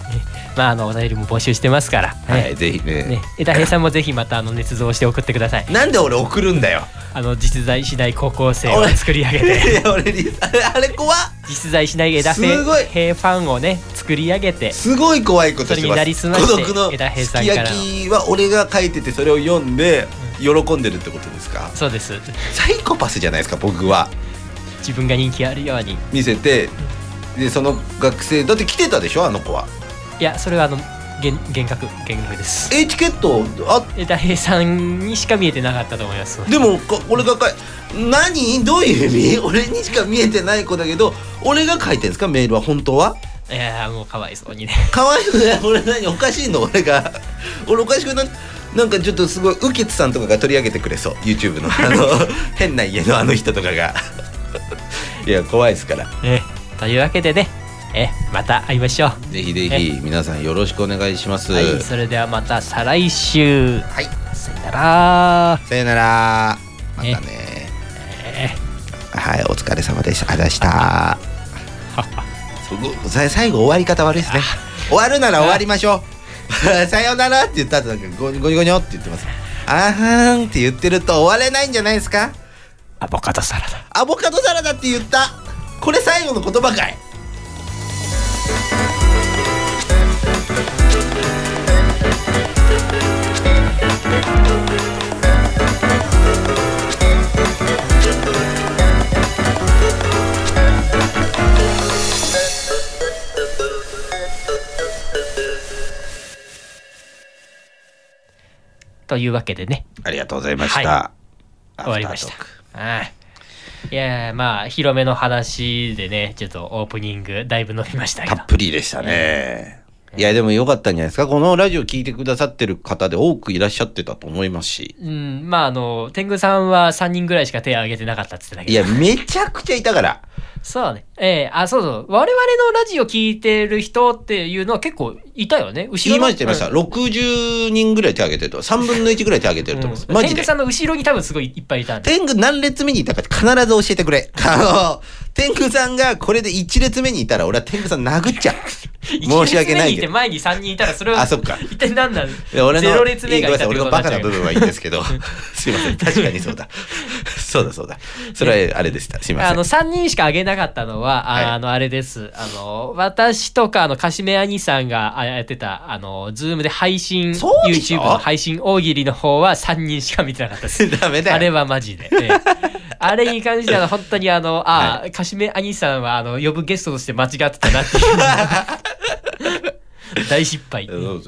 まああのお便りも募集してますから。ねはい、ぜひねね、枝平さんもぜひまたあの捏造して送ってください。なんで俺送るんだよ。あの実在しない高校生を作り上げて、 [laughs] いや俺にあれあれ怖っ実在しない枝すごい平平ファンをね作り上げて、すごい怖いことそれしにてまなりすすまして孤独の枝平すさんきからの焼きは俺が書いててそれを読んで喜んでるってことですかそうです。サイコパスじゃないですか僕は自分が人気あるように。見せてでその学生だって来てたでしょあの子はいやそれはあの幻幻覚幻覚です。えチケットあ枝平さんにしか見えてなかったと思います。でもか俺が書い何どういう意味俺にしか見えてない子だけど俺が書いてるんですかメールは本当はいやーもうかわいそうにね。かわいくない俺何おかしいの俺が俺おかしくないなんかちょっとすごいウキツさんとかが取り上げてくれそう YouTube のあの変な家のあの人とかがいや怖いですからえというわけでね、えまた会いましょう。ぜひぜひ皆さんよろしくお願いします、はい、それではまた再来週。はいさよなら。さよならまたねはいお疲れ様でしたあり [laughs] がとうございましたすごいさ最後終わり方悪いですね終わるなら終わりましょう [laughs] さよならって言った後なんかゴニゴニゴニョって言ってますあはーんって言ってると終われないんじゃないですかアボカドサラダ。アボカドサラダって言ったこれ最後の言葉かいとというわけでね。ありがとうございましはた。終わりました。はい。いやーまあ、広めの話でね、ちょっとオープニング、だいぶ伸びましたけたどっ。ぷりでしたね。いや、でもよかったんじゃないですか。このラジオ聞いてくださってる方で多くいらっしゃってたと思いますし。うん、まあ、あの、天狗さんは3人ぐらいしか手を挙げてなかったって言ってたいけど。や、めちゃくちゃいたから。そうね。ええあ、そうそう。我々のラジオ聞いてる人っていうのは結構いたよね。後言ろいのました、言いました。うん60人ぐらい手挙げてると。3分の1ぐらい手挙げてると思います。うんマジ天で狗。さんの後ろに多分すごいいっぱいいたんで。天狗何列目にいたか必ず教えてくれ。あの、天狗さんがこれで1列目にいたら俺は天狗さん殴っ [laughs] ちゃう。 [laughs] 申し訳な一列目にいいけてど。前に3人いたらそれは、あそっか一体何なんいや俺の、ゼロ列目がいたってごめんことになさい俺のなバっちカゃなう部分はいいんですけど。 [laughs] すいません。確かにそうだ。そうだそうだ。それはあれでした。すいません。あの、3人しかあげなかったのは、あ,、はいの、あれです。あの、私とか、あの、カシメアニさんがあやってた、あの、ズームで配信、そうでし YouTube ょの配信大喜利の方は3人しか見てなかったです。 [laughs] ダメだよ。あれはマジで。 [laughs] ええあれに関しては、本当にあの、あ、あ、カシメアニさんは、あの、呼ぶゲストとして間違ってたなっていう。大失敗。いいや、もう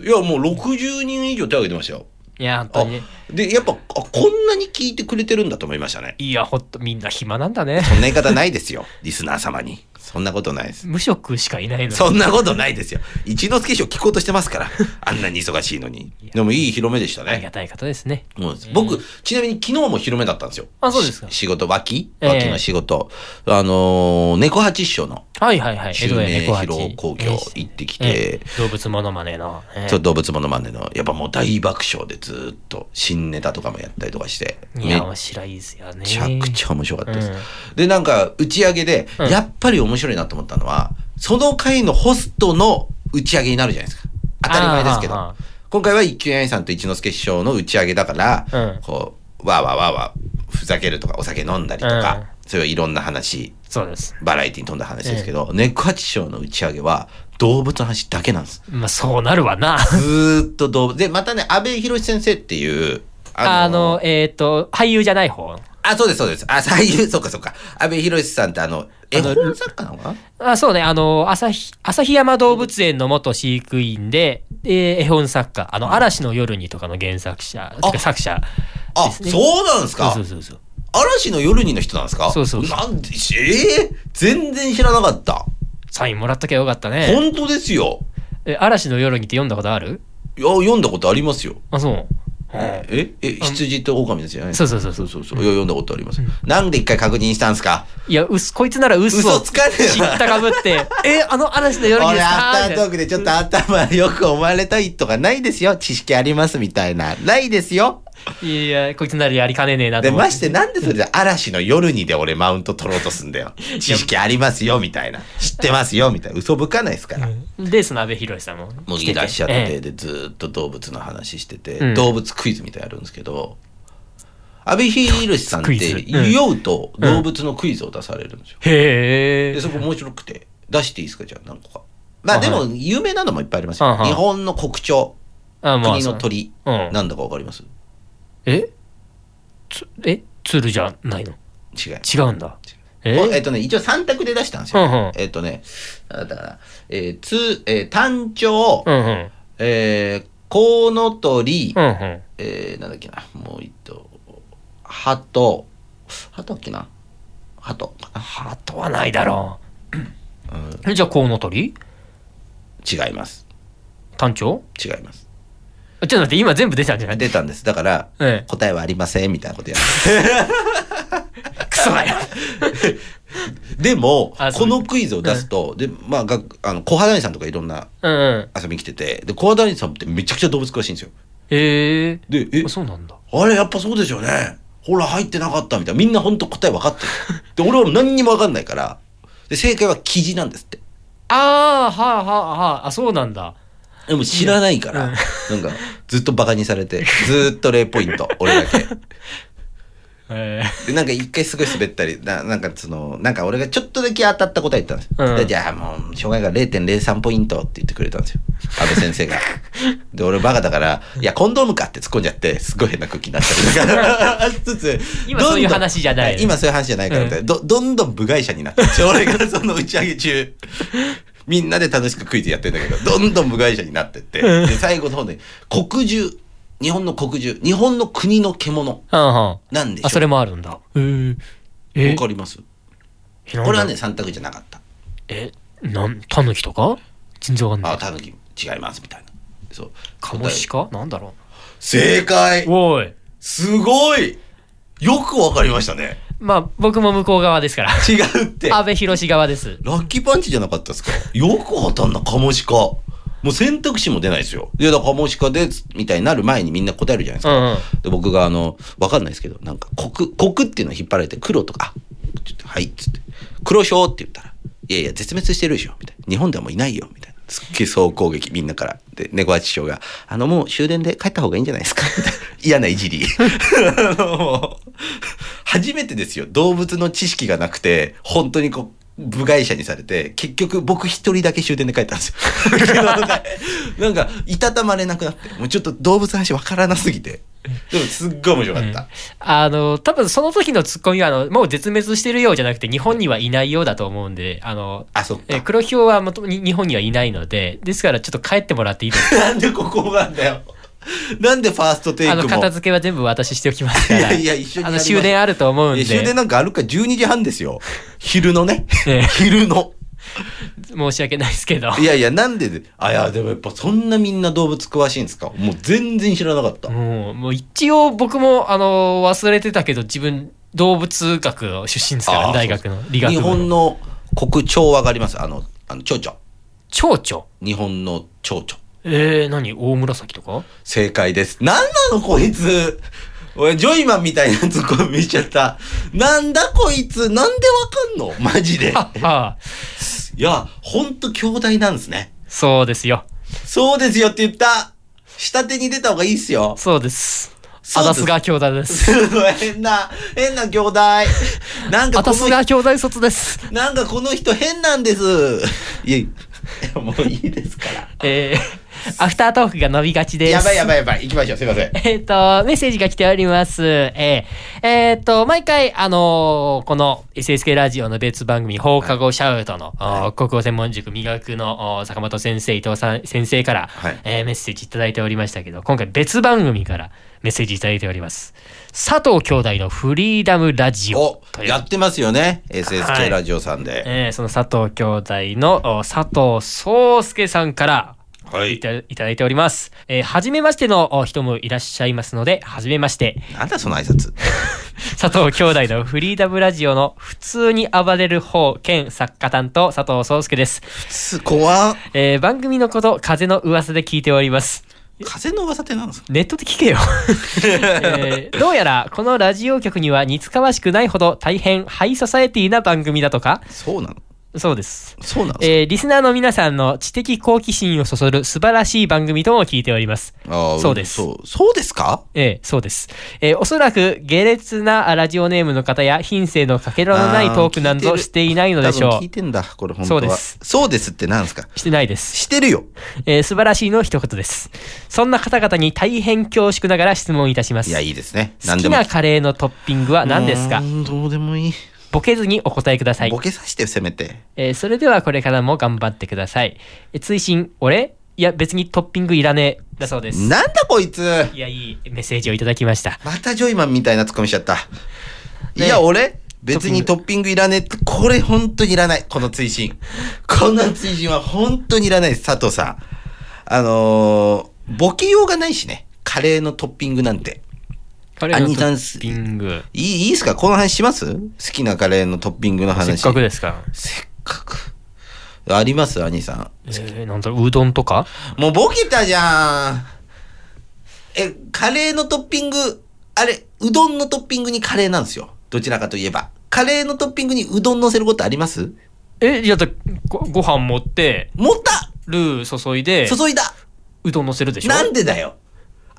60人以上手挙げてましたよ。や、本当あにね。で、やっぱ、あこんなに聞いてくれてるんだと思いましたね。いや、ほんと、みんな暇なんだね。そんな言い方ないですよ。 [laughs] リスナー様に。そんなことないです。無職しかいないのに。そんなことないですよ。一之輔賞聞こうとしてますから。あんなに忙しいのに。でもいい広めでしたありがね。たい方ですね。もう僕、ちなみに昨日も広めだったんですよ。あそうですかし仕事、脇ええ脇の仕事。あのー、猫八師匠のはいはいはい。江襲戸名家猫披八。露興行行ってきて、ええ動物モノマネの。ええちょっと動物ものまねの、やっぱもう大爆笑でずーっと新ネタとかもやったりとかして、いめや、っ面白いですよね。めちゃくちゃ面白かったでうす。んで、なんか打ち上げで、うんやっぱり面白いなと思ったのは、その回のホストの打ち上げになるじゃないですか。当たり前ですけあーあーあど。今回は一休園さんと一之輔師匠の打ち上げだから、うんこう、わーわーわーわー、ふざけるとか、お酒飲んだりとか、うんそういういろんな話、そうです。バラエティに富んだ話ですけど、猫八師匠の打ち上げは動物の話だけなんです。まあ、そうなるわ [laughs] な。ずーっと動物。で、またね、安倍博先生っていう、あの、えっ、と、俳優じゃない方。あ、そうです、そうです。あ、俳優、そっかそっか。安倍博さんってあの、絵本作家なのかなあそうね、あの、旭、旭山動物園の元飼育員で、えー絵本作家、あの、嵐の夜にとかの原作者、てか作者。あ、ですねそうなんですかそうそうそう嵐の夜にの人なんですかそうそうそうなんで、えー、全然知らなかった。サインもらっときゃよかったね。本当ですよ。え嵐の夜にって読んだことあるいや、読んだことありますよ。あ、そう。ええ、羊と狼ですよね。そうそうそうそそううそうそう。いや、読んだことあります。なんで一回確認したんですかいや、うす、こいつなら嘘嘘つかねえな知ったかぶ [laughs] って、え、あの嵐の夜にで俺、すアかフタートークみでちょっと頭よく思われたいとかないですよ。知識ありますみたいな。ないですよ。たいないやいや、こいつならやりかねねえなとで、思って。ましてなんでそれで嵐の夜にで俺マウント取ろうとすん [laughs] だよ。知識ありますよ、みたいな。知ってますよ、みたいな。嘘ぶかないですから。で、その安部寛さんも。もう来いらっしゃっえて、えで、ずーっと動物の話してて、うん動物クイズみたいなのやるんですけど、阿部寛さんってクイズうん酔うと動物のクイズを出されるんですよ。へえで、。そこ面白くて、出していいですか、じゃあ何個か。まああでも、有名なのもいっぱいありますあよ。はい日本の国鳥、あ、まあ国の鳥、うんなんだかわかりますえつえ鶴じゃないの違い。違うんだ。ええっとね、一応3択で出したんですよ。うんうんえっとね、なんだったかな、えー、つ、えー、単調、うんうん。えー、コウノトリ、うんうん。えー、なんだっけな、もう一頭、ハト、ハトだっけな、ハトかな、ハトはないだろう。じゃあ、コウノトリ違います。単調違います。あちょっと待って、今全部出たんじゃない出たんです。だから、ええ答えはありません、みたいなことやクソ [laughs] だよ。る。でもあ、そうこのクイズを出すと、で、まあ、があの、小肌さんとかいろんなうんうん。遊びに来てて、で、小肌さんってめちゃくちゃ動物詳しいんですよ。へえ。で、えあ、そうなんだ。あれ、やっぱそうですよね。ほら、入ってなかったみたいな。みんな本当答え分かってる。で、俺は何にも分かんないから。で、正解は記事なんですって。ああ、はあはあはあ、あ、そうなんだ。でも知らないから、なんか、ずっとバカにされて、ずーっと0ポイント、俺だけ。えで、なんか一回すごい滑ったり、ななんかその、なんか俺がちょっとだけ当たった答え言ったんですよ。うんでじゃあもう、しょうがないから0.03ポイントって言ってくれたんですよ。安部先生が。で、俺バカだから、いや、コンドームかって突っ込んじゃって、すごい変な空気になったりと [laughs] か [laughs] しつつ、今どんどんそういう話じゃない今そういう話じゃないからって、ど、どんどん部外者になってるんで [laughs] すよ、俺がその打ち上げ中。みんなで楽しくクイズやってんだけど、どんどん部外者になってって、で、最後の方で、国獣、日本の国獣、日本の国の獣うんうん。なんでしあ、ょうそれもあるんだ。わえかりますえなんだこれはね、三択じゃなかった。え、なん、タヌキとか全然わかんなあ、い。たぬき違います、みたいな。そう。カモシカなんだろ正解う。おい。すごいよくわかりましたね。まあ、僕も向こう側ですから。違うって。安倍博士側です。ラッキーパンチじゃなかったですかよく当たんな、カモシカ。もう選択肢も出ないですよ。で、だからカモシカで、みたいになる前にみんな答えるじゃないですうか。んうん。で、僕があの、わかんないですけど、なんか、コク、コクっていうのを引っ張られて、黒とか、あ、ちょっとはい、つって、黒章って言ったら、いやいや、絶滅してるでしょ、みたいな。日本ではもういないよ、みたいな。すっげえ総攻撃、みんなから。で、猫八師匠が、あの、もう終電で帰った方がいいんじゃないですか、みたいな。嫌ないじり。あの、もう初めてですよ、動物の知識がなくて、本当にこう、部外者にされて、結局僕一人だけ終電で帰ったんですよ。 [laughs] なんか、いたたまれなくなって、もうちょっと動物の話わからなすぎて。でもすっごい面白かった。あの、多分その時のツッコミは、あの、もう絶滅してるようじゃなくて、日本にはいないようだと思うんで、あの、あ、そっえか。 [laughs] 黒ひょうはもともに日本にはいないので、ですからちょっと帰ってもらっていいですかなんでここなんだよ。なんでファーストテイあクも。の、片付けは全部私しておきますいから。やいや、一緒にあの、終電ああると思うんるで、終電なんかあるか12時半ですよ。昼のね。ええ [laughs] 昼の。申し訳ないですけど。いやいや、なんでで、あ、いや、でもやっぱそんなみんな動物詳しいんですかもう全然知らなかった。もう、もう一応僕も、あの、忘れてたけど、自分、動物学の出身ですかあら、ー大学の理学日部本の国鳥はがあります。あの、あの、蝶々。蝶々。日本の蝶々。えー、何大紫とか正解です。なんなのこいつ俺、ジョイマンみたいなツッコミしちゃった。なんだこいつなんでわかんのマジで。あ、あー、いや、ほんと兄弟なんですね。そうですよ。そうですよって言った下手に出た方がいいっすよ。そうです。そアうでダすスガ兄弟です。すごい変な、変な兄弟。なんかアダこのス人ガ兄弟卒です。なんかこの人変なんです。いやいや、もういいですから。えー、アフタートークが伸びがちです。やばいやばいやばい。行きましょう。すいません。えっ、と、メッセージが来ております。えーえーと、毎回、あのーこの SSK ラジオの別番組、放課後シャウトの、お国語専門塾美学のお坂本先生、伊藤さん先生から、はいえーメッセージいただいておりましたけど、今回別番組からメッセージいただいております。佐藤兄弟のフリーダムラジオおと、いうやってますよね。は SSK いラジオさんで。えーその佐藤兄弟のお佐藤壮介さんから、はいたいただいております。えー、はじめましてのお人もいらっしゃいますので、はじめまして。なんだその挨拶。佐藤兄弟のフリーダムラジオの普通に暴れる方兼作家担当佐藤壮介です、す怖っえー番組のこと風の噂で聞いております風の噂ってなんですかネットで聞けよ、えーどうやらこのラジオ局には似つかわしくないほど大変ハイソサエティな番組だとかそうなのそうですそうなの、えーリスナーの皆さんの知的好奇心をそそる素晴らしい番組とも聞いておりますあーそうですそうそうですかええ、そうです。えーおそらく、下劣なラジオネームの方や、品性のかけらのないトークなんあーぞ聞いてるしていないのでし多ょ。分聞いうてんだ、これ本当そは。うですそうですってなんですかしてないです。してるよ。えー素晴らしいの一言です。そんな方々に大変恐縮ながら質問いたします。いや、いいですね。好何きでも。なカレーのトッピングは何ですかうーんどうでもいい。ボケずにお答えくださいボ。ケさせて、せめて。えーそれではこれからも頑張ってください。えー追伸、俺いや、別にトッピングいらねえ。だそうです。なんだこいついや、いいメッセージをいただきました。またジョイマンみたいなツッコミしちゃった。いねや、俺、別にトトッピングいらねえって、これ本当にいらない。この追伸。この追伸は本当にいらないです、佐藤さん。あのー、ボケようがないしね。カレーのトッピングなんて。カレーのアトニダンスッピング。いい、いいっすかこの話します好きなカレーのトッピングのせ話。っかくですから。せっかく。あります兄さえー、なんだろう、うどんとかん。もうボケたじゃん。え、カレーのトッピング、あれ、うどんのトッピングにカレーなんですよ。どちらかといえば。カレーのトッピングにうどん乗せることありますえ、いやだご、ご飯持って、持ったルー注いで、注いだうどん乗せるでしょなんでだよ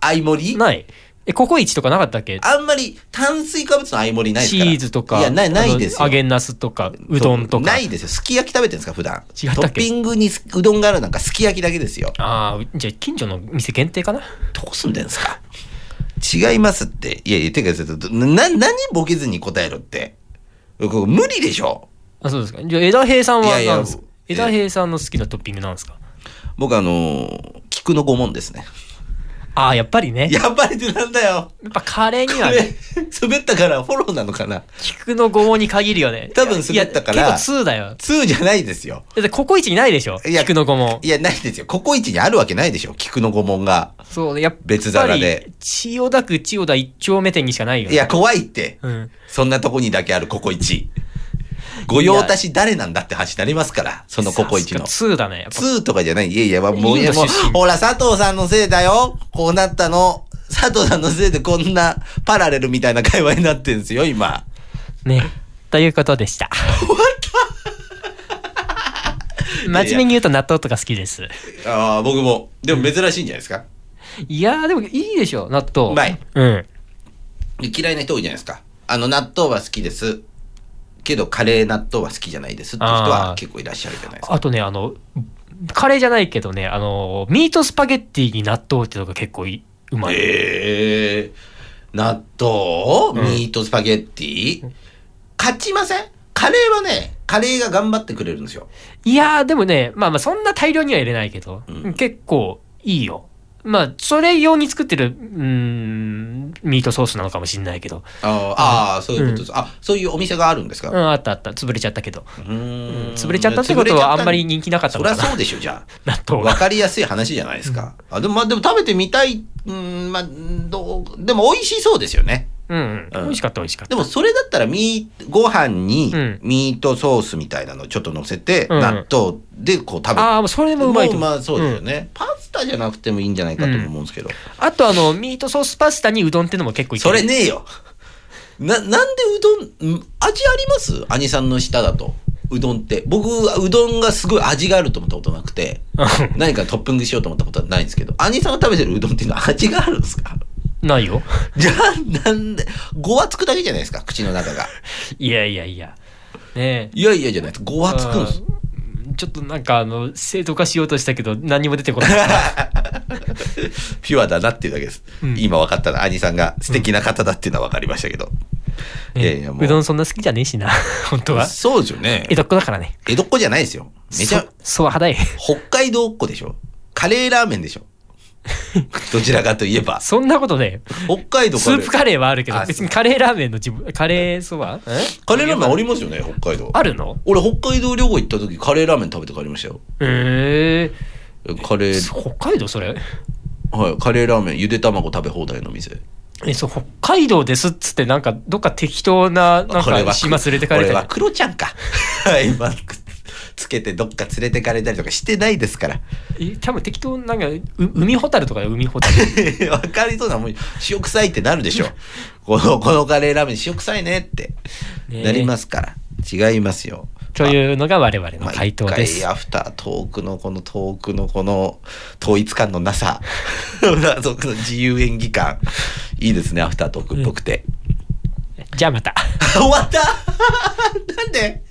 相盛りない。え、ココイチとかなかったっけあんまり炭水化物の相盛りないですチからーズとか、いや、ない、ないですあのよ揚。げナスとか、うどんとか。ないですよ。すき焼き食べてるんですか普段。違ったっけトッピングにすうどんがあるなんかすき焼きだけですよ。ああ、じゃあ近所の店限定かなどうすんでんすか違いますって。いやいや、てか、ちょっとな、何ボケずに答えろって。これ無理でしょあ、そうですか。じゃあ、枝平さんいはやいや何ですかえ枝平さんの好きなトッピングなんですか僕あのー、菊の御門ですね。ああ、やっぱりね。やっぱりってなんだよ。やっぱカレーにはこね、れ、滑ったからフォローなのかな菊の語音に限るよね。多分滑ったからいや結構2だよ。だ ?2 じゃないですよ。ってココイチにないでしょいや菊の語音。いや、ないですよ。ココイチにあるわけないでしょ。菊の御門が。そう、やっぱり、別皿で千代田区千代田一丁目店にしかないよね。いや、怖いって。うん。そんなとこにだけあるココイチ。御用達誰なんだって話になりますから、そのココイチの。 2だね。やっぱ2とかじゃない。いやいや、もう、イいンドやもう出身ほら、佐藤さんのせいだよ。こうなったの。佐藤さんのせいでこんなパラレルみたいな会話になってんですよ、今。ね。ということでした。終わった真面目に言うと納豆とか好きです。ああ、僕も。でも珍しいんじゃないですか。いやーでもいいでしょ、納豆。うまい。うん。嫌いな人多いじゃないですか。あの、納豆は好きです。けど、カレー納豆は好きじゃないですって人あーは結構いらっしゃるじゃないですか。あとね、あの、カレーじゃないけどね、あの、ミートスパゲッティに納豆ってのが結構いうまい。ええ納豆、ミートスパゲッティ、勝ちませんカレーはね、カレーが頑張ってくれるんですよ。いやーでもね、まあまあそんな大量には入れないけど、うん結構いいよ。まあ、それ用に作ってる、うーん、ミートソースなのかもしんないけど。ああー、そういうことです、あ、そういうお店があるんですうん、か、あったあった。潰れちゃったけど。うーん潰れちゃったってことはあんまり人気なかったそのりかゃな。そうでしょ、じゃ納あ。豆わが。かりやすい話じゃないですか。あでも、まあ、でも食べてみたい、うん、まあ、どう、でも美味しそうですよね。うん、うん。美うん味しかった美味しかっでも、それだったら、ミー、ご飯にうんミートソースみたいなのをちょっと乗せて、うん納豆でこう食べた。ああー、もうそれでもうまいと思う。まあそうですよね、パスタじゃなくてもいいんじゃないかと思うんですけど、あとあの、ミートソースパスタにうどんってのも結構いけそるれねえよななんでうどんん味あります兄さんの下だとうどんって僕うどんがすごい味があると思ったことなく [laughs] て何かトッピングしようと思ったことはないんですけど兄さんが食べてるうどんっていうのは味があるんですかないよ。じゃあなんでごわつくだけじゃないですか口の中が [laughs] いやいやいや。ねえ。いやいやじゃないですごわつくんですうんちょっとなんかあの正当化しようとしたけど何も出て [laughs] こなかったピュアだなっていうだけです、うん今分かったら兄さんが素敵な方だっていうのは分かりましたけど、いやいやもうどんそんな好きじゃねえしな [laughs] 本当はそうですよね江戸っ子だからね江戸っ子じゃないですよ。めちゃそ、そうは [laughs] だい北海道っ子でしょ。カレーラーメンでしょ。どちらかといえば。そんなことね北海道スープカレーはあるけどあ別にカレーラーメンの自分カレーそばんカレーラーメンありますよね、北海道。あるの俺、北海道旅行行った時、カレーラーメン食べて帰りましたよ。へカレえー、北海道それはい、カレーラーメン、ゆで卵食べ放題の店。えそう北海道ですっつってなんかどっか適当ななんこれはか島連れてかれこたはり黒ちゃんか。はい、マスクつけてどっか連れてかれたりとかしてないですから。 [laughs] え多分適当なんかう海ホタルとかよ海ホタルわかりそうなもん、塩臭いってなるでしょ。この、このカレーラーメン塩臭いねって、ねえ [laughs] なりますから。違いますよ。というのが我々のまあ回答です一回アフタートークのこのトークのこの統一感のなさ、 [laughs] 謎の自由演技感。いいですね、アフタートークっぽくて。 [laughs] じゃあまた終わったなんで